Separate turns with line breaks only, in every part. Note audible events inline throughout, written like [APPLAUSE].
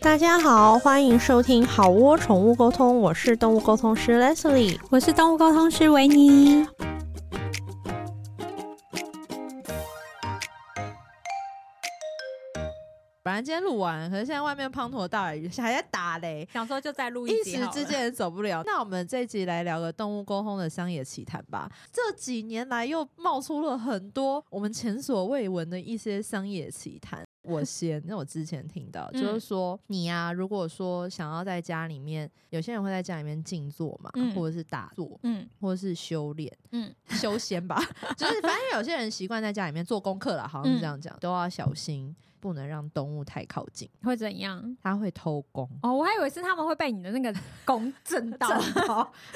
大家好，欢迎收听好窝宠物沟通，我是动物沟通师 Leslie。
我是动物沟通师维尼。
本来今天录完，可是现在外面滂沱大雨，还在打雷，
想说就再录
一
集
时
好了
之，间也走不了。那我们这一集来聊个动物沟通的乡野奇谈吧。这几年来又冒出了很多我们前所未闻的一些乡野奇谈。我先，那我之前听到就
嗯
是说，你啊，如果说想要在家里面，有些人会在家里面静坐嘛，
嗯
或者是打坐，
嗯
或者是修炼。
嗯，
修仙吧， [LAUGHS] 就是反正有些人习惯在家里面做功课了，
嗯
好像是这样讲，都要小心，不能让动物太靠近，
会怎样？
它会偷 [LAUGHS] 攻，
哦，我还以为是他们会被你的那个
[LAUGHS]
弓震到。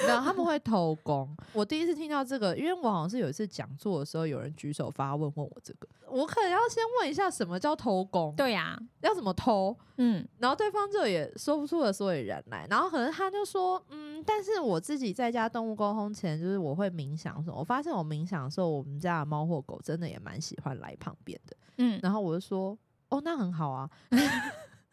然后他们会偷攻。我第一次听到这个，因为我好像是有一次讲座的时候，有人举手发问问我这个，我可能要先问一下什么叫偷攻，，
[LAUGHS] 对呀、
要怎么偷，
嗯
然后对方就也说不出个所以然来，然后可能他就说，嗯，但是我自己在家动物沟通前，就是我会冥想什么，我发现我冥想的时候，我们家的猫或狗真的也蛮喜欢来旁边的。
嗯。
然后我就说，哦，那很好啊，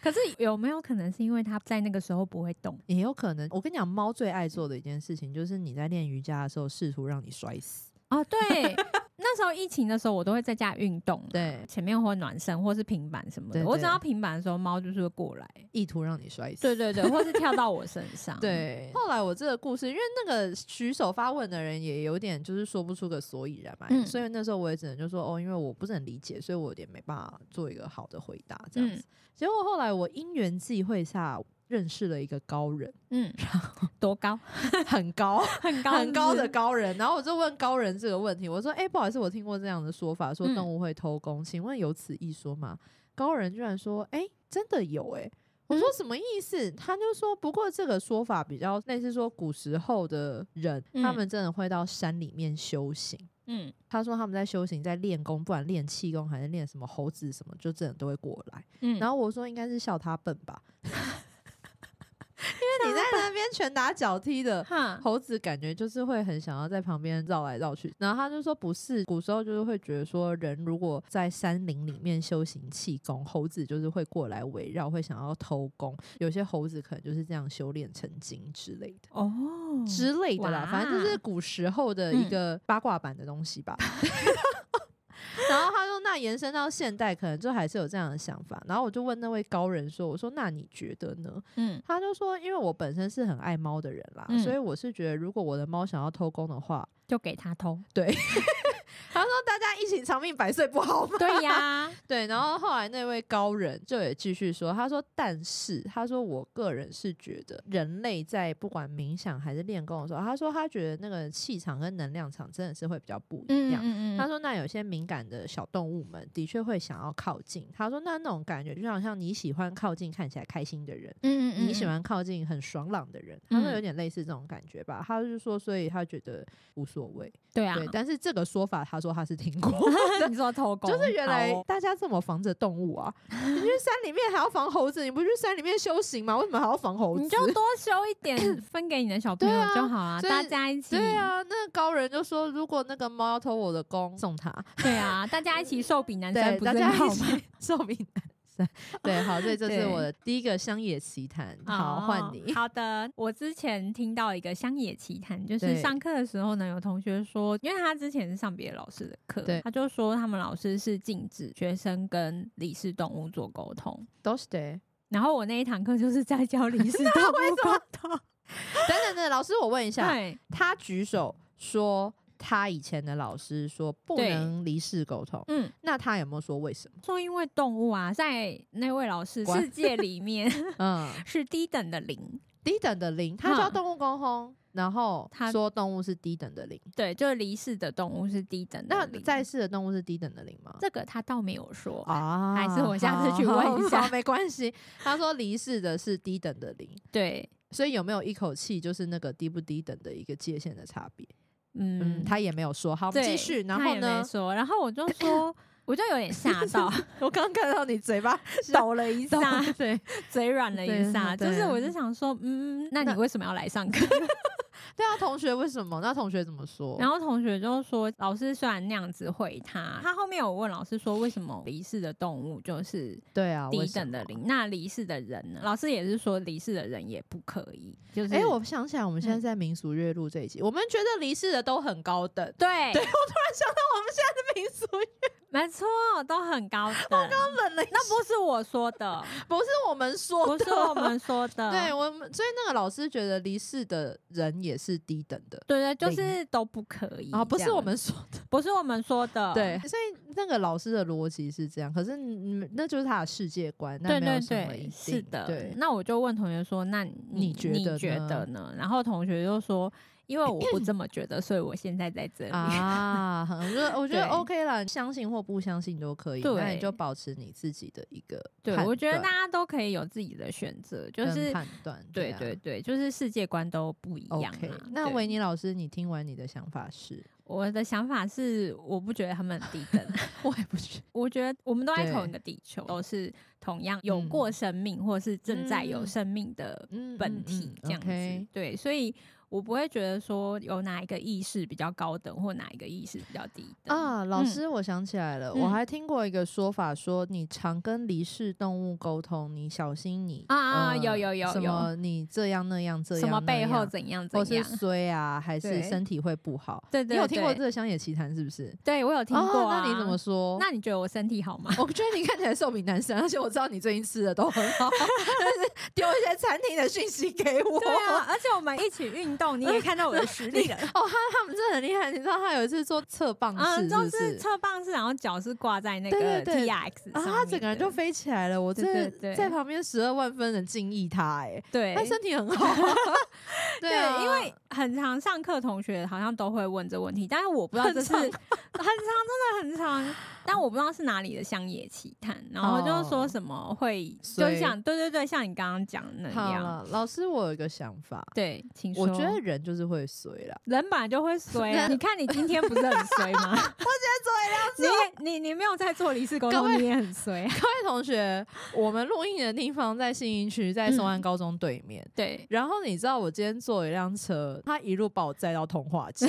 可是有没有可能是因为他在那个时候不会动？
也有可能。我跟你讲，猫最爱做的一件事情就是你在练瑜伽的时候，试图让你摔死。
哦，对，
[LAUGHS]
那时候疫情的时候，我都会在家运动，
对
前面或暖身或是平板什么的。
对
我只
对
要平板的时候，猫就是会过
[LAUGHS]
来，
意图让你摔死。
对对对，或是跳到我身
[LAUGHS]
上。，
对。后来我这个故事，因为那个举手发问的人也有点就是说不出个所以然嘛，
嗯
所以那时候我也只能就说哦，因为我不是很理解，所以我有点没办法做一个好的回答这样子。
嗯
结果后来我因缘际会下。认识了一个高人，
嗯，多高？
很高，
很高，
[LAUGHS] 很高的
是
高人，然后我就问高人这个问题，我说：“哎、不好意思，我听过这样的说法，说
嗯
动物会偷工，请问有此一说吗？”高人居然说：“哎、真的有哎、我
嗯
说：“什么意思？”他就说：“不过这个说法比较类似说古时候的人，
嗯
他们真的会到山里面修行。”
不是，嗯
他说他们在修行，在练功，不管练气功还是练什么猴子什么，就真的都会过来。
嗯，
然
后
后我说应该是笑他笨吧， [LAUGHS] 因为你在那边拳打脚踢
[LAUGHS]
的，
哈，
猴子感觉就是会很想要在旁边绕来绕去，然后他就说不是，古时候就是会觉得说人如果在山林里面修行气功，猴子就是会过来围绕，会想要偷功，有些猴子可能就是这样修炼成精之类的。
哦，
之类的啦，
哇
反正就是古时候的一个八卦版的东西吧。 [LAUGHS] 然后他说，那延伸到现代，可能就还是有这样的想法。然后我就问那位高人说：“我说，那你觉得呢？”
嗯
他就说，因为我本身是很爱猫的人啦，
嗯
所以我是觉得，如果我的猫想要偷工的话，
就给他偷。
[LAUGHS] 他说大家一起长命百岁不好吗？ [LAUGHS]
对呀，
对，然后后来那位高人就也继续说，他说，但是他说，我个人是觉得，人类在不管冥想还是练功的时候，他说他觉得那个气场跟能量场真的是会比较不一样。
嗯
他说：“那有些敏感的小动物们的确会想要靠近。”他说：“那那种感觉就好像你喜欢靠近看起来开心的人，
嗯
你喜，欢靠近很爽朗的人，他说
嗯
有点类似这种感觉吧。他就说，所以他觉得无所谓。
对啊，
对，但是这个说法，他说他是 [LAUGHS] 听过的。
你说偷工，
就是原来
好哦
大家这么防着动物啊，你去山里面还要防猴子，你不去山里面修行吗？为什么还要防猴子 [LAUGHS]
你？就多收一点分给你的小朋友
对啊
就好啊，
所以
大家一起，
对，啊，那高人就说，如果那个猫要偷我的弓，送它。
对啊，大家一起寿比南山
对，
不
大
是
家
很
一
好吗？ [LAUGHS]
起寿比南 [LAUGHS] 山。对，好，所以这是
对
我的第一个乡野奇谈。 [LAUGHS] 好，
哦
换你。
好的，我之前听到一个乡野奇谈，就是
对
上课的时候呢，有同学说，因为他之前是上别的老师的课
对，
他就说他们老师是禁止学生跟理事动物做沟通。
都是的。
然后我那一堂课就是在教理
[LAUGHS]
事动物沟通，
等等等，老师，我问一下，
对，
他举手说他以前的老师说不
对
能离世沟通，
嗯，
那他有没有说为什么？
说因为动物啊，在那位老师
乖
世界
[LAUGHS]
里面
嗯，
是低等的零，
低等的零，他教
嗯
动物沟通，然后
他
说动物是低等的零，
对，就是离世的动物是低等的
那
零。
在世的动物是低等的零吗？
这个他倒没有说，
啊
还是我下次去问一下
好好没关系。他说离世的是低等的零，
对，
所以有没有一口气就是那个低不低等的一个界限的差别？嗯，
嗯，
他也没有说。好，我们
对
继续。然
他
后
也没
呢？ [LAUGHS]
说，然后我就说。我就有点吓到，
我刚看到你嘴巴
抖了一下，
对，
嘴软了一下，
对
就
对
是我就想说，嗯，那你
那
为什么要来上课？
对啊，同学为什么？那同学怎么说？
然后同学就说，老师虽然那样子回他，他后面有问老师说，为什么离世的动物就是
对啊，为
低
什
等的
么
零，那离世的人呢？老师也是说离世的人也不可以，就是
哎、我想起来，我们现在
嗯
在民俗月录这一集，我们觉得离世的都很高等。
[LAUGHS] 对
对，我突然想到我们现在的民俗月
没错，都很高等。
冷了一下，
那不是我说的，
不是我们说
不
的，
是我嗯们说的，
哦对我们，所以那个老师觉得离世的人也是低等的
对对，就是都不可以
啊，不
这
是
样
我们说的。
不是我们说的，
对，所以那个老师的逻辑是这样，可是嗯，那就是他的世界观，那
对
没有
对
什么一
对，
定
是的
对。。
那我就问同学说：“那你
你觉得
你觉
呢
得呢？”然后同学就说：“因为我不这么觉得，所以我现在在这里。
啊， [LAUGHS] 很我觉得我觉得
嗯对
OK 啦，相信或不相信都可以，
对
那你就保持你自己的一个
对，
判
我觉得
断嗯
大家都可以有自己的选择，就
跟
是
判断，
对
啊
对对，就是世界观都不一样、啊。
OK，那
对
维尼老师，你听完你的想法是？
我的想法是，我不觉得他们很低等，
[LAUGHS] 我也不是，
我觉得我们都在
对
同一个地球，都是同样有
嗯
过生命，或是正在有
嗯
生命的
嗯
本体这样子。
OK，
对，所以我不会觉得说有哪一个意识比较高等，或哪一个意识比较低等。
啊，老
嗯
师，我想起来了，我
嗯
还听过一个说法，说你常跟离世动物沟通，你小心你
啊啊
呃
有有有
什
有
么你这样那样这样
什么
那
背后
样
怎样
或
怎
是
样？
衰啊，还是
对
身体会不好？
对对
你有听过
对
这个乡野奇谈是不是？
对我有听过、
哦，
啊
那你怎么？说？
那你觉得我身体好
[LAUGHS]
吗？
我觉得你看起来寿比南山，而且我知道你最近吃的都很
[LAUGHS]
好，但是丢一些餐厅的讯息给我。
对啊，而且我们一起运动，你也看到我的实力了。
哦，他他们真的很厉害，你知道他有一次做侧棒式，
嗯，
是
就
不
是
是？
侧棒式，然后脚是挂在那
对
个
对对
T X
啊，他整个人就飞起来了，我
对
真
对对
的在旁边十二万分的敬意他、哎，
对
他身体
[LAUGHS]
很好、啊，对啊，
对，因为很常上课，同学好像都会问这问题，但是我不知道这是 [LAUGHS] 很
很
长，真的很长，但我不知道是哪里的乡野奇谈，然后就是说什么会，
哦所
就
以
像对对对，像你刚刚讲的那
好
样，
了，老师，我有一个想法，
对，请说。
我觉得人就是会随
[LAUGHS]
啦，
人本来就会衰啊，
人
你看你今天不是很衰吗？ [LAUGHS] 我觉得左一亮，你也你你没有在做离世沟
各
通，
位
你也很衰啊。
各位同学，我们录音的地方在信义区，在
嗯
松安高中对面。
对，
然后你知道我今天坐了一辆车，他一路把我载到通化
[LAUGHS]
街，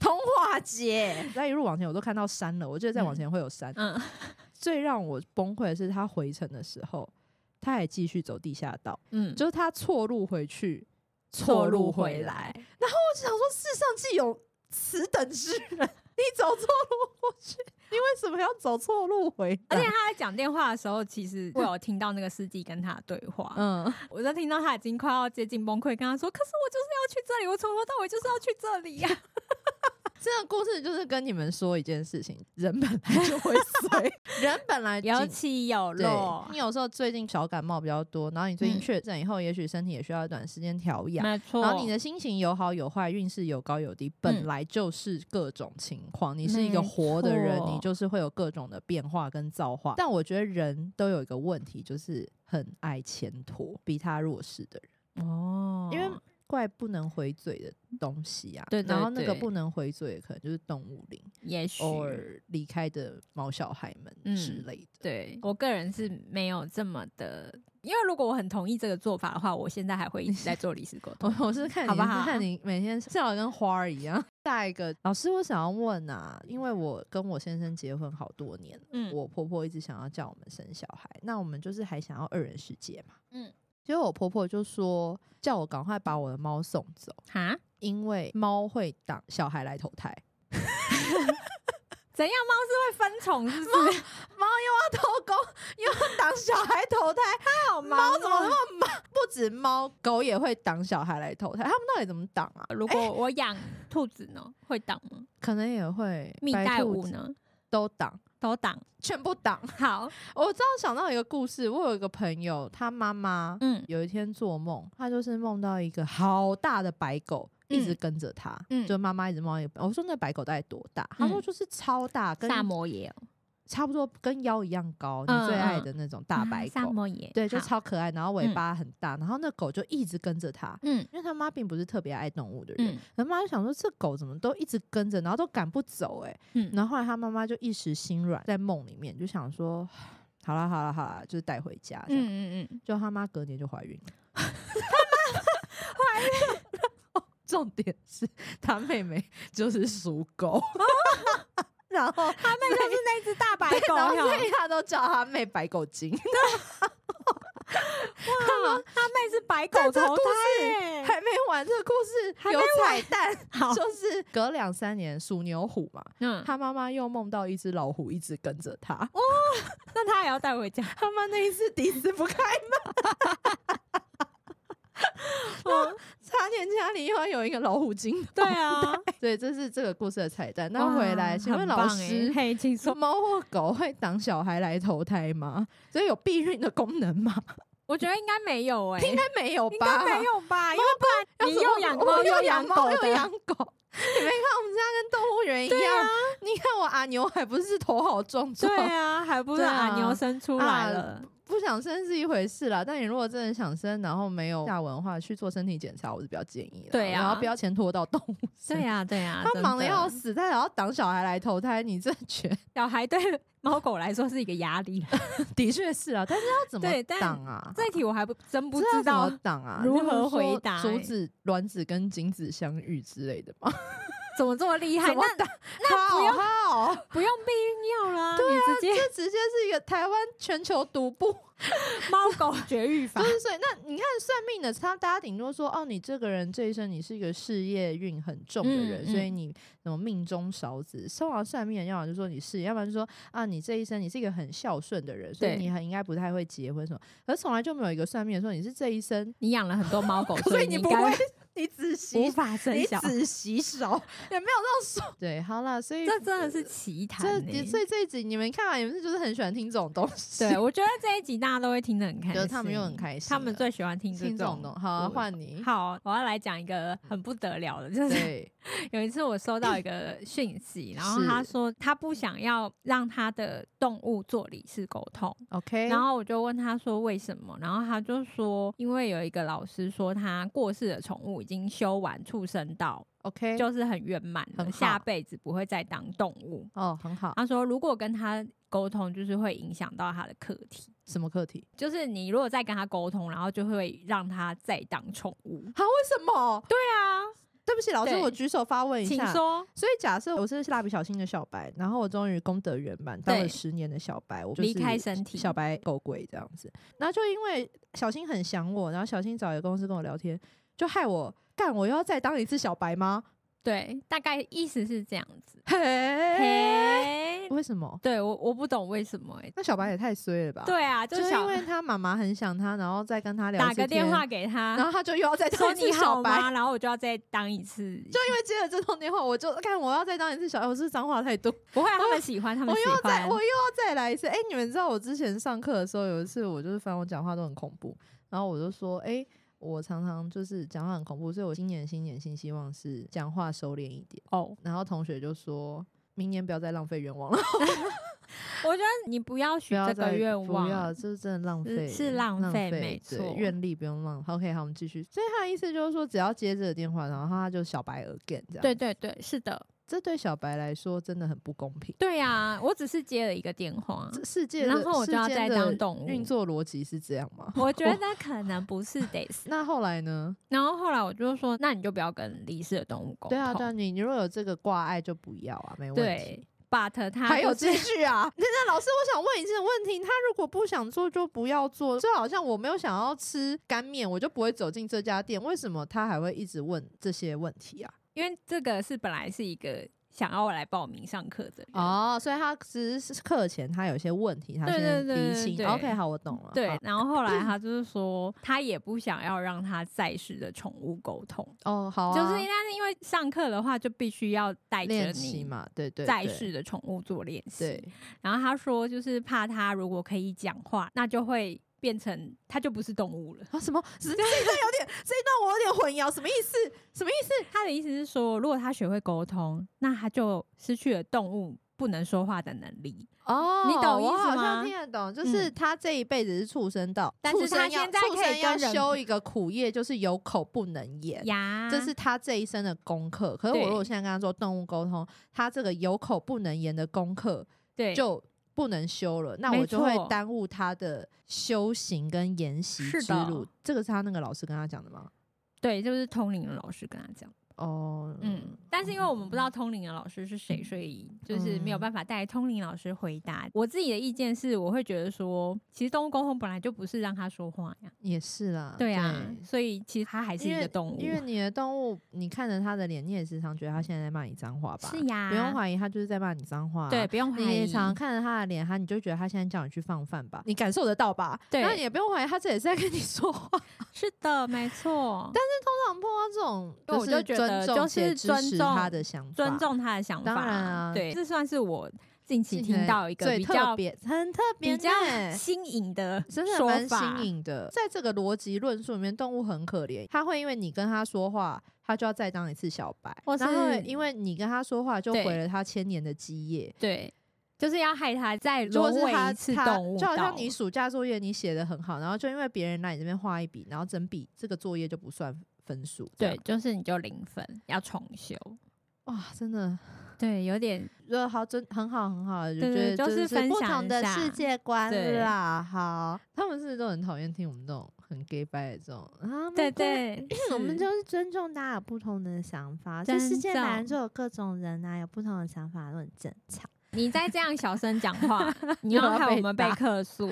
通化街，在一路往前我都看到山了，我觉得再往前会有山。
嗯，
最让我崩溃的是他回程的时候，他还继续走地下道，
嗯，
就是他错路回去，
错
错
路
路
回
回
来
来。。然后我就想说，世上既有此等之人，你走错路过去，你为什么要走错路回
而且
来？
他在讲电话的时候，其实我有听到那个司机跟他的对话，
嗯，
我就听到他已经快要接近崩溃，跟他说：“可是我就是要去这里，我从头到尾就是要去这里呀、啊
[LAUGHS] 这个故事就是跟你们说一件事情：人本来就会 [LAUGHS] 衰，人本来
有
紧
起有
对
落，
你有时候最近小感冒比较多，然后你最近
嗯
确诊以后，也许身体也需要短时间调养。
没错。
然后你的心情有好有坏，运势有高有低，本
哦嗯
来就是各种情况。你是一个
没
活的人，
错
你就是会有各种的变化跟造化。但我觉得人都有一个问题，就是很爱牵拖比他弱势的人，
哦
因为怪不能回嘴的东西啊。
对对
然后那个
对
不能回嘴，可能就是动物灵。
也许
偶尔离开的毛小孩们
嗯
之类的。
对我个人是没有这么的，因为如果我很同意这个做法的话，我现在
[LAUGHS]
还会一直在做离世沟通。
我我是看你，
好不好
看你每天笑的跟花儿一样。 [LAUGHS] 下一个老师，我想要问啊，因为我跟我先生结婚好多年了，
嗯
我婆婆一直想要叫我们生小孩，那我们就是还想要二人世界嘛。
嗯
嗯，结果我婆婆就说叫我赶快把我的猫送走，
哈，
因为猫会挡小孩来投胎。 [LAUGHS]
怎样？猫是会分虫是哎不是？
猫又要偷工，又要挡小孩
[LAUGHS]
投胎，
好哦
猫怎么那么忙？ [LAUGHS] 不止猫，狗也会挡小孩来投胎，他们到底怎么挡啊？
如果我养兔子呢，会挡吗？
可能也会
蜜
白
袋
兔
鼯
子
呢，
都挡，
都挡。
全部挡。
好，
[LAUGHS] 我知道想到一个故事，我有一个朋友，他妈妈
嗯
有一天做梦，他就是梦到一个好大的白狗。一直
嗯
跟着他，
嗯
就妈妈一直梦到一个。我说那白狗大概多大？他说
嗯
就是超大，跟
萨摩耶哦，
差不多跟腰一样高，
嗯
你最爱的那种大白
啊萨
狗，
摩耶，
对，就
好
超可爱，然后尾巴很大，然后那狗就一直跟着它，
嗯
因为他妈并不是特别爱动物的人，
嗯
然后妈就想说这狗怎么都一直跟着，然后都赶不走哎、
嗯
然后后来他妈妈就一时心软，在梦里面就想说，好啦好啦好啦，就是带回家这样。
嗯嗯嗯，
就他妈隔年就怀孕
[LAUGHS]
了，他 [LAUGHS] 妈怀孕。重点是他妹妹就是属
[LAUGHS]
狗，然后
他们就是那只大白 [LAUGHS] 狗
然后
哟，
所以他都叫他妹白狗精。
哇，他妹是白狗
这个
投
故
胎耶，
还没完，这个故
还
事
没
有彩
完
蛋，
好
就是隔两三年属牛虎嘛，
嗯，
他妈妈又梦到一只老虎一直跟着他，
那他也要带回家，
他妈那一次笛子不开门，差点家里又要有一个老虎精。
对啊，
[LAUGHS] 对，这是这个故事的彩蛋。那回来，
哇
请问
很
老
棒欸耶
师，
嘿，请说。
猫或狗会挡小孩来投胎吗？所以有避孕的功能吗？
我觉得 [LAUGHS] 应该没有哎、
应该没有
应
吧？
该没有吧？因为
要
你
是
又
我
养
我
猫又
又
养
猫
狗
又
的
养狗，你没看我们家跟动物园一
对
样？
啊
你看我阿牛还不是头好壮壮？
[LAUGHS] 对啊，还不是
对啊
把牛生出来了？
不想生是一回事啦，但你如果真的想生，然后没有下文的话，去做身体检查，我是比较建议啦。
对啊
然后不要钱拖到动物身。
对、呀、啊对呀、
他忙
真
的要死，他还要挡小孩来投胎，你这觉得
小孩对猫狗来说是一个压 [LAUGHS] 力。
的确是啊，但是要怎
对
么
但
挡啊？
这一题我还不真不
这要
知道
怎么挡啊，
如
例
何
说
回答欸
阻止卵子跟精子相遇之类的吗？ [LAUGHS]
怎么这么厉害，
怎么
那
挡？那不要，
不用避孕药啦，
啊
你直接
[LAUGHS] 这直接是一个台湾全球独 [LAUGHS] 步。
[LAUGHS]
啊
猫狗绝育法
就。 [LAUGHS] 是所以，那你看算命的，他大家顶多说哦，你这个人这一生你是一个事业运很重的人，
嗯嗯
所以你什么命中少子。通常算命的，要么就说你是，要不然就说啊，你这一生你是一个很孝顺的人，所以
对
你很应该不太会结婚什么。可是从来就没有一个算命的说你是这一生，
你养了很多猫狗，
[LAUGHS] 所
所
以
以
你
应
不会 [LAUGHS]
该，
你仔
无
细，
法生
你
小。
仔细少，也没有那种说。 [LAUGHS] 对，好啦，所以
这真的是奇谈
这
欸、
所以这一集你们看完，你们是就是很喜 [LAUGHS] 欢听这种东西。
对，我觉得这一集大家都会听得很开
觉得
心，
他们又很开心
他们
了
最喜欢听这
听这种东西，好啊，换你。
好，我要来讲一个很不得了的，就是
对，
[LAUGHS] 有一次我收到一个讯息，然后他
是
说他不想要让他的动物做理事沟通，
OK，
然后我就问他说为什么，然后他就说因为有一个老师说他过世的宠物已经修完畜生道，
OK，
就是很圆满了，
很好
下辈子不会再当动物。
哦，很好。
他说如果跟他沟通，就是会影响到他的课题。
什么课题？
就是你如果再跟他沟通，然后就会让他再当宠物。
好，为什么？
对啊，
对不起，老师，
对
我举手发问一
请
下。
说
所以假设我是蜡笔小新的小白，然后我终于功德圆满，当了
对
十年的小白，我就是
离开身体。
小白狗鬼这样子。然后就因为小新很想我，然后小新找一个公司跟我聊天，就害我干，我又要再当一次小白吗？
对，大概意思是这样子。 [LAUGHS]
嘿，
嘿，
为什么？
对我我不懂为什么哎、
那小白也太衰了吧？，
对啊，就
就是
小
因为他妈妈很想他，然后再跟他聊一
打
次
个电
天
话，给
[LAUGHS]
他
然，后他就又
[LAUGHS]
要再当
说
一次
你
小
好
白。
吗？然后我就要再当一次。
就因为接了这通电话，我就看我要再当一次小，哎我是脏话太多，
不会啊，他们喜欢，他
我
们喜
又要再
欢
我。又要再来一次。哎、你们知道我之前上课的时候，有一次我就是反正我讲话都很恐怖，然后我就说，哎、我常常就是讲话很恐怖，所以我今年新年新希望是讲话收敛一点。
哦，
然后同学就说。明年不要再浪费愿望了，
我觉得你不要
不
许
要
这
再
个愿
不要，
望。
这真的浪
是
费，
是浪费
费
没
对
错
愿力不用浪。OK，好，我们继续。所以他的意思就是说，只要接这个电话，然后他就小白 again 这样。
对，对对，是的，
这对小白来说真的很不公平。
对啊，我只是接了一个电话，
这世界的
嗯然后我就要
世间
再
的
当动物
运作逻辑是这样吗？ [LAUGHS]
我觉得可能不是得死。
那后来呢？
然后后来我就说，那你就不要跟离世的动物沟通。
对啊，对啊，你你如果有这个挂碍就不要啊，没问题。
对，but 他
还有
就是
继续啊？那 [LAUGHS] 那老师，我想问一个问题：他如果不想做就不要做，就好像我没有想要吃干面，我就不会走进这家店，为什么他还会一直问这些问题啊？
因为这个是本来是一个想要我来报名上课的人。
哦，所以他只是课前他有些问题，他
对
先
对对
厘
对
清。
对
OK，好，我懂了。
对
好，
然后后来他就是说，他也不想要让他在世的宠物沟通，
哦，好啊，
就是但是因为上课的话就必须要带着
练习
你
嘛，对对，
在
对
世的宠物做练习。
对，
然后他说，就是怕他如果可以讲话，那就会变成他就不是动物了。
啊，什么？这这一段有点，这一段我有点混淆，什么意思？什么意思？
他的意思是说，如果他学会沟通，那他就失去了动物不能说话的能力，
哦
你懂意
我
思
好
吗
像听得懂，就是
嗯
他这一辈子是畜生道，
但是
畜生
他
要
现在
畜
可以
生要
跟人
修一个苦业，就是有口不能言。
呀，
呃这是他这一生的功课。可是我如果
对
现在跟他做动物沟通，他这个有口不能言的功课
对，
就不能修了，那
没
我就会
错
耽误他的修行跟研习
是
之
的
路。这个是他那个老师跟他讲的吗？
对，就是通灵的老师跟他讲，
哦，
嗯，但是因为我们不知道通灵的老师是
嗯
谁，所以就是没有办法带通灵老师回答。我自己的意见是，我会觉得说，其实动物沟通本来就不是让他说话呀，
也是啦，
对啊，所以其实它还是一
因为
个动物，
因为你的动物，你看着它的脸，你也时常觉得它现在在骂你脏话吧？
是呀，
不用怀疑，它就是在骂你脏话、啊
对，。不用怀
你也
疑，
常常看着他的脸，他你就觉得他现在叫你去放饭吧，你感受得到吧？
对
然后你也不用怀疑，他这也是在跟你说话。通
[LAUGHS] 是的，没错，
常碰到这种，
对我就是觉得
尊重
就是
且支持
尊重
他的想法，
尊重他的想法，
当然啊
对，这算是我近期
是
听到一个
最
比
特
较
别，很特别
比
呢，
较新颖的
[LAUGHS] 真的
说
蛮
法
新颖的。在这个逻辑论述里面，动物很可怜，它会因为你跟它说话，它就要再当一次小白，
或
然后
是
因为你跟它说话，就
对
毁了它千年的基业。
对，就是要害他再
如
沦
果是
为
它，
一次
它
动物
就好
道
像你暑假作业你写的很好，然后就因为别人来你这边画一笔，然后整笔这个作业就不算分数。这
对
样，，
就是你就零分，要重修，
嗯哇，真的，
对，有点
呃，好，真很好，很好，我觉
对
得
对就
这
是分
不
享
同
一
的
下
世界观
对
啦。好，他们是不是都很讨厌听我们这种很 gay 掰的这种啊？
对
没关，
对
我们
是
就是尊重大家有不同的想法，这世
尊
界本来
重
就有各种人啊，有不同的想法都很正
[LAUGHS]
常。 [LAUGHS]
你再这样小声讲话，你
又
要
要
害
被
我们被
打
客诉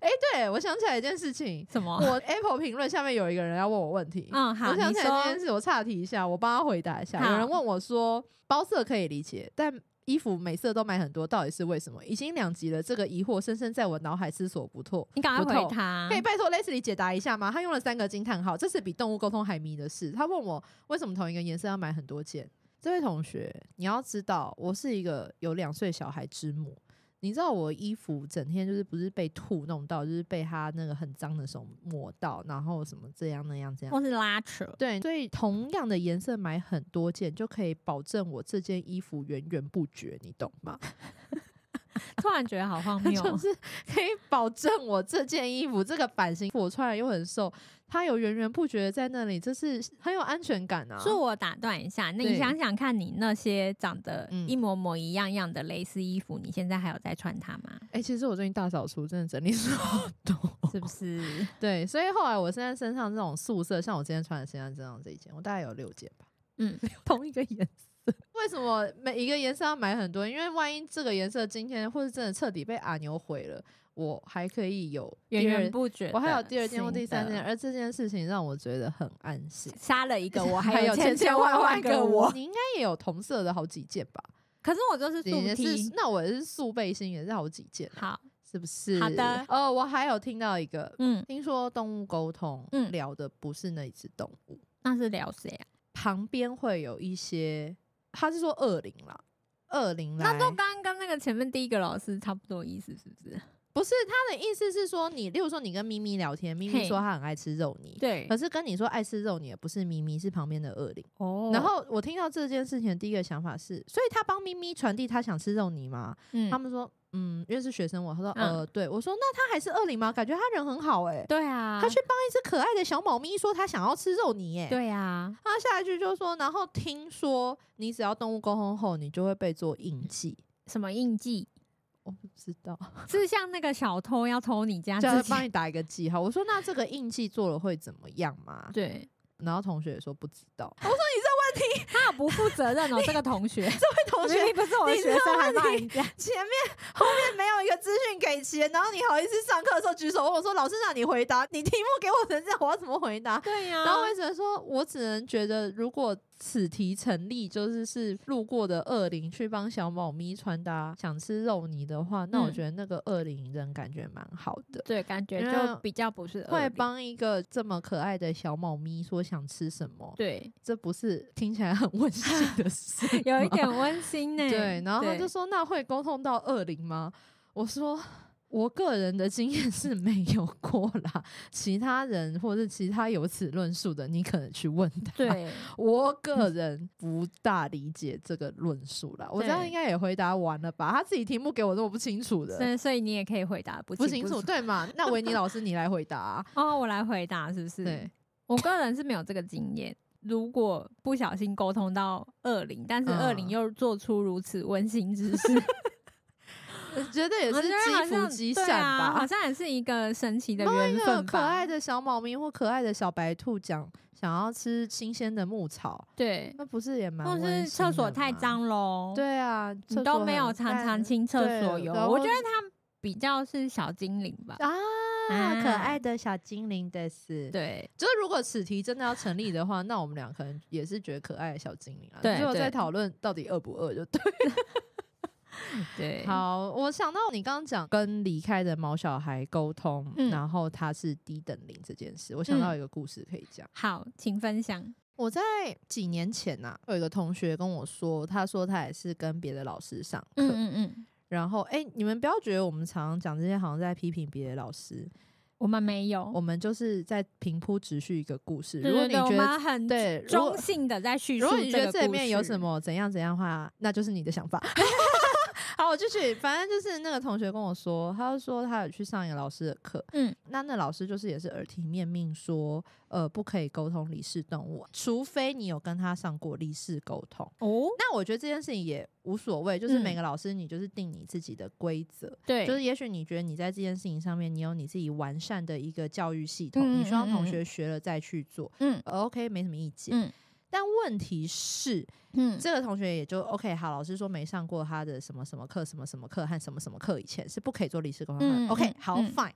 哎、对我想起来一件事情，
什么？
我 Apple 评论下面有一个人要问我问题，
嗯，好，
我想
你
起来这
说
件事，我岔题一下，我帮他回答一下。
好
有人问我说，包色可以理解，但衣服每色都买很多，到底是为什么？已经两集了，这个疑惑深深在我脑海思索不透。
你赶
不
快
透
回他啊
可，以拜托 Leslie 解答一下吗？他用了三个惊叹号，这是比动物沟通还迷的事。他问我为什么同一个颜色要买很多件。这位同学，你要知道，我是一个有两岁小孩之母。你知道我衣服整天就是不是被吐弄到，就是被他那个很脏的手抹到，然后什么这样那样这样。
或是拉扯，
对，所以同样的颜色买很多件，就可以保证我这件衣服源源不绝，你懂吗？
突然觉得好荒谬
就
哦，
是可以保证我这件衣服这个版型，我穿了又很瘦，它有源源不绝的在那里，这是很有安全感啊。
是我打断一下，那
对
你想想看，你那些长得
嗯
一模模一样样的蕾丝衣服，你现在还有在穿它吗？
哎、其实我最近大扫除，真的整理了好多。
是不是？
[LAUGHS] 对，所以后来我现在身上这种素色，像我今天穿的身上这样这一件，我大概有六件吧，
嗯，
[LAUGHS] 同一个颜色。为什么每一个颜色要买很多？因为万一这个颜色今天或是真的彻底被阿牛毁了，我还可以有
源
第二
源不绝的新的。
我还有第二件或第三件，而这件事情让我觉得很安心。
杀了一
[LAUGHS]
个我，
还
有
千
千
万
万
个
我。
你应该也有同色的好几件吧？
可是我就是
你
素
也是
体，，
那我也是素背心，也是好几件啊，
好，
是不是？
好的
呃，我还有听到一个，
嗯，
听说动物沟通，
嗯
聊的不是那一只动物，
那是聊谁啊？
旁边会有一些，他是说恶灵啦，恶灵来，
那就刚刚跟那个前面第一个老师差不多意思，是不是？
不是他的意思是说你，例如说你跟咪咪聊天，咪咪
嘿
说她很爱吃肉泥，
对
可，是跟你说爱吃肉泥的不是咪咪，是旁边的恶灵。
哦
然后我听到这件事情的第一个想法是，所以他帮咪咪传递他想吃肉泥吗？
嗯
他们说，嗯，因为是学生我，他说，
嗯
呃，对我说，那他还是恶灵吗？感觉他人很好哎、
对啊，
他去帮一只可爱的小猫咪说他想要吃肉泥哎、
对啊，
他下一句就说，然后听说你只要动物沟通后，你就会被做印记。
什么印记？
我不知道，
是像那个小偷要偷你家
就
自
是
己？
帮你打一个记号。我说那这个印记做了会怎么样吗？
对，
然后同学也说不知道。
他有不负责任 [LAUGHS] 哦，这个 [LAUGHS] 同学，
同
明明不是我的
你
学
这个
生，还
问
骂
题
人家。
前面后面没有一个资讯给齐，然后你好意思上课的时候举手问我说：“老师让你回答，你题目给我成这样，我要怎么回答？” [LAUGHS]
[LAUGHS] 对呀
然后我也只能说，我只能觉得，如果此题成立，就是是路过的恶灵去帮小猫咪传达想吃肉泥的话，那我
嗯
觉得那个恶灵人感觉蛮好的，
对，感觉
因
就
为
比较不是恶
会
劣
帮一个这么可爱的小猫咪说想吃什么，
对，，
这不是听起来很温馨的事
[LAUGHS] 有一
点。
点温馨呢。
对，然后他
对
就说：“那会沟通到恶灵吗？”我说：“我个人的经验是没有过啦，其他人或是其他有此论述的，你可能去问他。
对，
我个人不大理解这个论述啦，我这样
对
应该也回答完了吧？他自己题目给我那么不清楚的，
所以所以你也可以回答不
不
清
清楚
楚
对嘛？那维尼老师你来回答啊、
哦，我来回答是不
[LAUGHS]
是？
对，
我个人是没有这个经验。如果不小心沟通到恶灵，但是恶灵
嗯
又做出如此温馨之 [LAUGHS] 事，
我觉得也
我
是
觉得
积
好
福
像
积
对
善吧，
啊，好像也是一个神奇的缘
那个
分
可
吧。
爱的小猫咪或可爱的小白兔讲想要吃新鲜的牧草，
对，
那不是也蛮
或者
温
是
馨
厕所
的
太
吗，
脏喽，，
对啊，
你
厕
都
所
没有
很
常
干
常清厕
对
所油，
然
我
后
觉得它比较是小精灵吧。
啊。可
啊
爱的小精灵的是，
对，
就是如果此题真的要成立的话，那我们俩可能也是觉得可爱的小精灵啊，
对
只有
对
在讨论到底饿不饿就对。
对，，
好，我想到你刚刚讲跟离开的毛小孩沟通，
嗯
然后他是低等灵这件事，我想到一个故事可以讲。
好，请分享。
我在几年前呐、有一个同学跟我说，他说他也是跟别的老师上课，
嗯嗯嗯，
然后哎、诶你们不要觉得我们常常讲这些好像在批评别的老师，
我们没有
我，们就是在平铺直叙一个故事。
对
如果
对
你
对，我
觉得
们很
对，如
中
果
性的在叙述
如果你觉
这
得
个
这里
故
面有
事
什么怎样怎样的话，那就是你的想法。 [LAUGHS] 好，我继续。反正就是那个同学跟我说，他就说他有去上一个老师的课，
嗯，
那那老师就是也是耳提面命说，呃，不可以沟通离世动物，除非你有跟他上过离世沟通。
哦，
那我觉得这件事情也无所谓，就是每
嗯
个老师你就是定你自己的规则，
对，
就是也许你觉得你在这件事情上面，你有你自己完善的一个教育系统，
嗯
你希望
嗯
同
嗯
学学了再去做、
嗯
o k 没什么意见。
嗯
但问题是，
嗯，
这个同学也就 OK 好，老师说没上过他的什么什么课、什么什么课和什么什么课，以前是不可以做历史沟通的。
嗯
OK
嗯
好、
嗯
fine。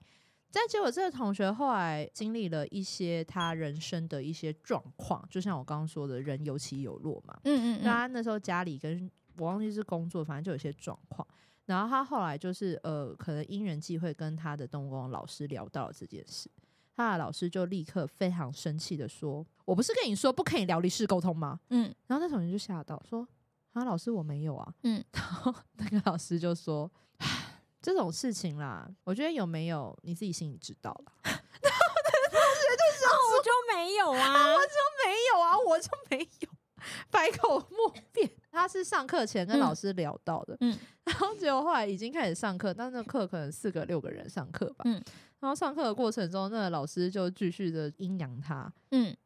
但结果这个同学后来经历了一些他人生的一些状况，就像我刚刚说的，人有起有落嘛。
嗯
那
嗯嗯，
他啊那时候家里跟我忘记是工作，反正就有一些状况。然后他后来就是呃，可能因缘际会跟他的动物工老师聊到了这件事，他的老师就立刻非常生气的说：“我不是跟你说不可以聊离世沟通吗？”
嗯，
然后那同学就吓到说：“啊，老师我没有啊。”
嗯，
[LAUGHS] 然后那个老师就说：“ [SIGHS] 唉这种事情啦，我觉得有没有你自己心里知道了。”
那我哦就没有
[LAUGHS]
啊，
没有啊，我就没有，百口莫辩。他是上课前跟
嗯
老师聊到的，
嗯
然后结果后来已经开始上课，但那课可能四个六个人上课吧，
嗯
然后上课的过程中，那个老师就继续的阴阳
[LAUGHS]
他，
嗯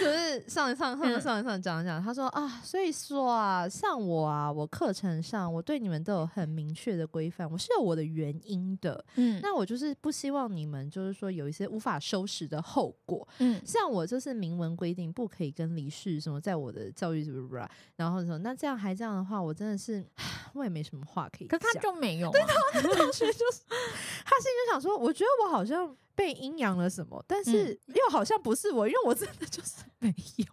就是上一上上一
嗯
上一上讲一讲，他说啊，所以说啊，像我啊，我课程上我对你们都有很明确的规范，我是有我的原因的，
嗯
那我就是不希望你们就是说有一些无法收拾的后果，
嗯
像我就是明文规定不可以跟离世什么，在我的教育什么什么，然后说那这样还这样的话，我真的是我也没什么话可以
可
讲。
他就没有、啊，
同学就是 [LAUGHS] 他心里就想说，我觉得我好像被阴阳了什么，但是
嗯
又好像不是我，因为我真的就是 [LAUGHS] 没有。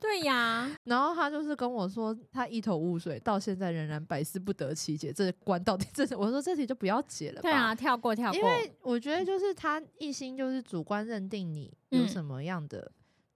对呀、
然后他就是跟我说，他一头雾水，到现在仍然百思不得其解，这关到底这是我说这题就不要解了吧。
对啊，跳过跳过，
因为我觉得就是他一心就是主观认定你有
嗯
什么样的，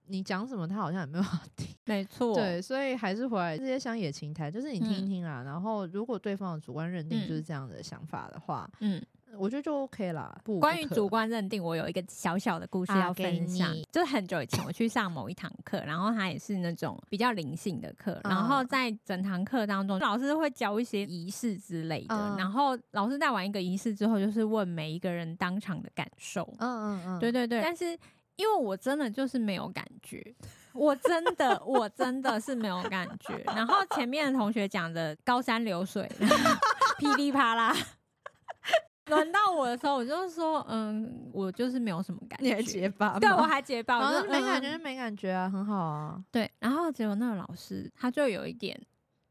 你讲什么他好像也没有要
[LAUGHS]
听。
没错，
对，所以还是回来这些乡野情谈，就是你听一
嗯
听啦。然后如果对方的主观认定就是
嗯
这样的想法的话，
嗯，
我觉得就 OK 啦。不无
关
不
于
可
主观认定，我有一个小小的故事
啊
要
给
分享
你。
就是很久以前我去上某一堂课，然后它也是那种比较灵性的课，然后
啊
在整堂课当中，老师会教一些仪式之类的
嗯。
然后老师带完一个仪式之后，就是问每一个人当场的感受。
嗯嗯嗯，
对对对，但是因为我真的就是没有感觉，我真的我真的是没有感觉。然后前面的同学讲的高山流水，噼里啪啦。轮到我的时候，我就说，嗯，我就是没有什么
[LAUGHS]
感
你
觉
还，结巴吗，
对我
[LAUGHS]
还结巴，
然
我
后
就
没感觉
嗯
就没感觉啊，很好啊。
对，然后结果那个老师他就有一点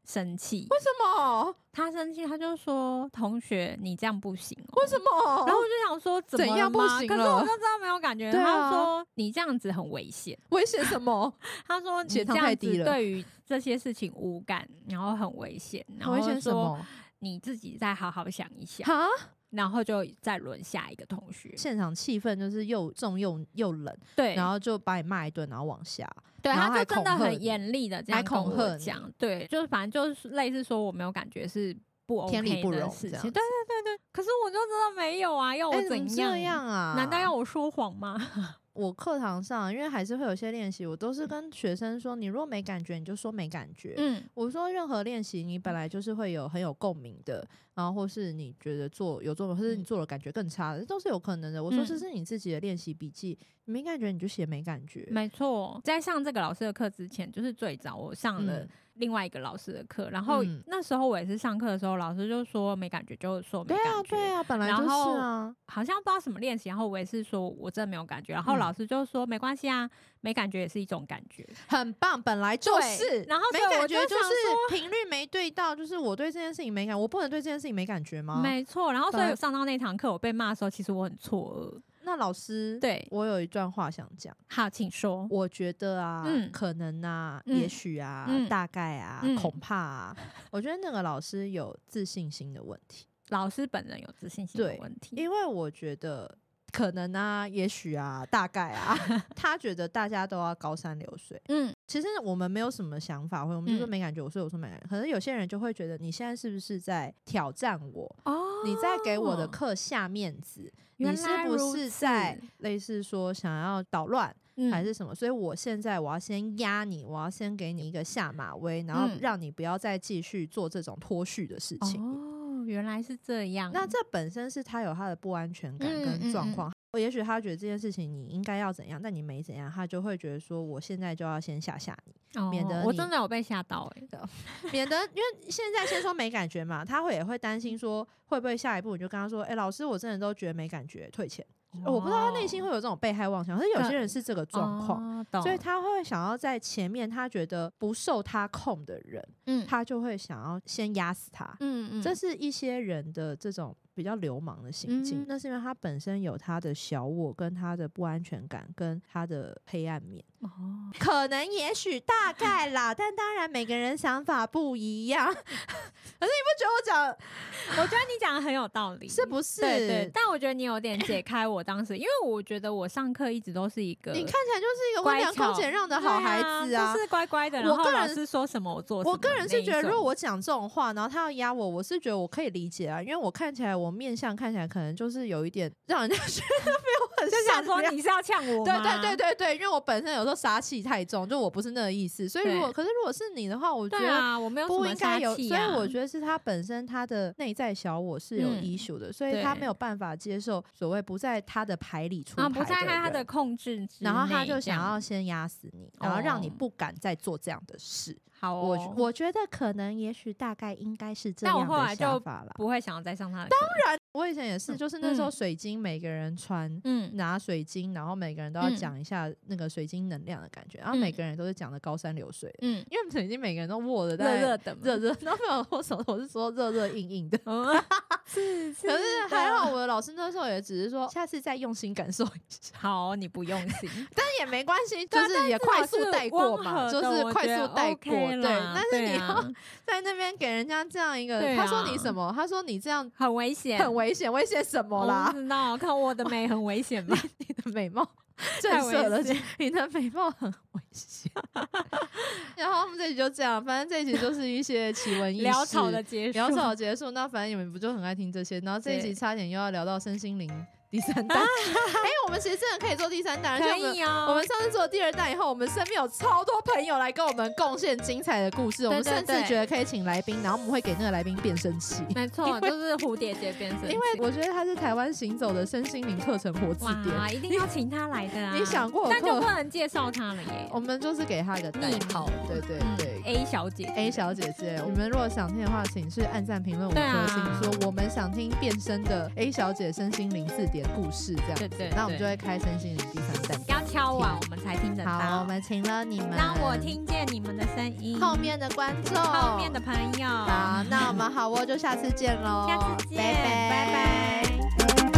生气，
为什 [LAUGHS] 么？
他生气，他就说，同学你这样不行哦、
为什么？
然后我就想说，怎
怎
么了
样不
吗
行
可是
了
我就知道没有感觉。
对啊
他就说你这样子很危险。
危险什 [LAUGHS] 么？
他说你
血
这
糖太
样
低
子
了
对于这些事情无感，然后很危险，然后
危险什
说
么？
你自己再好好想一想，
哈，
然后就再轮下一个同学。
现场气氛就是又重又又冷，
对，
然后就把你骂一顿，然后往下。
对，
然后
他
还
就不 OK
天理不
的
容
事
这样
情。对对对对，可是我就真的没有啊，要我
哎怎么
怎
这样啊？
难道要我说谎吗？
我课堂上，因为还是会有些练习，我都是跟学生说，你如果没感觉，你就说没感觉。
嗯，
我说任何练习，你本来就是会有很有共鸣的，然后或是你觉得做有做，或是你
嗯
做了感觉更差的，这都是有可能的。我说
嗯
这是你自己的练习笔记，你没感觉你就写没感觉。
没错，在上这个老师的课之前，就是最早我上了
嗯
另外一个老师的课，然后
嗯
那时候我也是上课的时候，老师就说没感觉就说没
对
感
啊，
觉，
对啊，本来
然
就是
后
啊。
好像不知道什么练习，然后我也是说我真的没有感觉，然后
嗯
老师就说没关系啊，没感觉也是一种感觉，
很棒，本来就是
对。然后
没
所以我
感
就
觉就
想说
是频率没对到，就是我对这件事情没感，我不能对这件事情没感觉吗？
没错。然后所
本
以
来
上到那堂课我被骂的时候，其实我很错
那老师
愕。，对，
我有一段话想讲，
好，请说。
我觉得啊，
嗯
可能啊，
嗯
也许啊，
嗯
大概啊，
嗯
恐怕啊，我觉得那个老师有自信心的问题，
老师本人有自信心的
对
问题，
因为我觉得。可能啊，也许啊，大概啊， [LAUGHS] 他觉得大家都要高山流水，
嗯，
其实我们没有什么想法，或我们就说
嗯
没感觉，我说我说没感觉。可能有些人就会觉得你现在是不是在挑战我？
哦
你在给我的课下面子，
原
你是
来
不
如
是
此
在类似说想要捣乱
嗯
还是什么？所以我现在我要先压你，我要先给你一个下马威，然后
嗯
让你不要再继续做这种脱序的事情。
哦，原来是这样。
那这本身是他有他的不安全感
嗯
跟
嗯
状
嗯
况。也许他觉得这件事情你应该要怎样，但你没怎样，他就会觉得说我现在就要先吓吓你。
哦
免得
我
你啊
真的有被吓到哎、
免得因为现在先说没感觉嘛，他会也会担心说会不会下一步你就跟他说，哎、老师，我真的都觉得没感觉，退钱。哦我不知道他内心会有这种被害妄想，可是有些人是这个状况，
况，
所以
哦懂
他会想要在前面他觉得不受他控的人，
嗯
他就会想要先压死他。
嗯嗯，
这是一些人的这种比较流氓的行径，
嗯
那是因为他本身有他的小我、跟他的不安全感、跟他的黑暗面。
哦，
可能、也许、大概啦，但当然每个人想法不一样。 [LAUGHS] 可是你不觉得我讲
我觉得你讲的很有道理，
是不是？
对对，但我觉得你有点解开我当时，因为我觉得我上课一直都是一个
你看起来就是一个温良
乖巧
恭俭让的好孩子
对啊，就是乖乖的。然
我
后
个
老
人
师说什么我做什么。
我个人是觉得，如果
我
我讲这种话，然后他要压我，我是觉得我可以理解啊，因为我看起来我面相看起来可能就是有一点让人家觉得没有很
就想
善
说
良。
你是要呛
[LAUGHS]
我
对
吗？
对对对对，因为我本身有时候杀气太重，就我不是那个意思。所以如果可是如果是你的话，我觉
对
得
啊，我没有什
不
么
应该
杀
有，
气
所
啊。
以我觉得是他本身他的内在小我是有
嗯
issue 的，所以他
对
没有办法接受所谓不在他的牌里出牌
啊，不在他的
人
控制之内，
然后他就想
这样
要先压死你，然后让你
哦
不敢再做这样的事。
好哦、
我我觉得可能也许大概应该是这
但我
样
后
的
来
想
就
法啦。
不会想要再上他的当然，
我以前也是，就是那时候
嗯
水晶每个人穿。
嗯，
拿水晶，然后每个人都要
嗯
讲一下那个水晶能量的感觉，然后每
嗯
个人都是讲的高山流水，
嗯，
因为水晶每个人都握的
热
在
热的嘛，
热热，然后没有我手我是说热热硬硬
[LAUGHS]
的，
嗯，是，
可是还
的
好我的老师那时候也只是说下次再用心感受一下，
好，哦你不用心，
但也没关
[LAUGHS]
系，就
对啊
是也快速带过嘛，
啊
就是快速带过，对。但是你要
要
在那边给人家这样一个，
啊对
他说你
啊
什么？他说你这样
[LAUGHS] 很危哦险，
很危险，危险什么
我
啦
不？知道，看我的美很危险吧？
[LAUGHS] 你的美貌震
太
慑
危
了
险，
你的美貌很危险。 [LAUGHS] 然后我们这集就这样，反正这集就是一些
[LAUGHS]
奇闻异事。
潦草的结束，
聊早结束，那反正你们不就很爱听这些？然后这一集
对
差点又要聊到身心灵第三
[LAUGHS]
弹，哎、我们其实真的可以做啊第三弹，而且
可
我们
以哦。
我们上次做第二弹以后，我们身边有超多朋友来跟我们贡献精彩的故事，我们
对对
甚至
对
觉得可以请来宾，然后我们会给那个来宾变声器，
没错，就是蝴蝶结变身器，
因为我觉得他是台湾行走的身心灵课程活字典。
哇，一定要请他来的啊！
你想过
但
我
就
课
不能介绍他了耶。
我们就是给他一个代
匿名
号，对对
嗯
对。
，A 小姐
A 小姐姐，你们如果想听的话，请去按赞、评论五
对啊
颗星，说我们想听变身的 A 小姐身心灵字典故事这样子
对对
那我们
对
就会开身心灵第三弹。
要敲碗，我们才听得
好，我
到。
们请了你们，
让我听见你们的声音，
后面的观众，
后面的朋友，
好，那我们好窝就下次见喽，
下次见，
拜
拜拜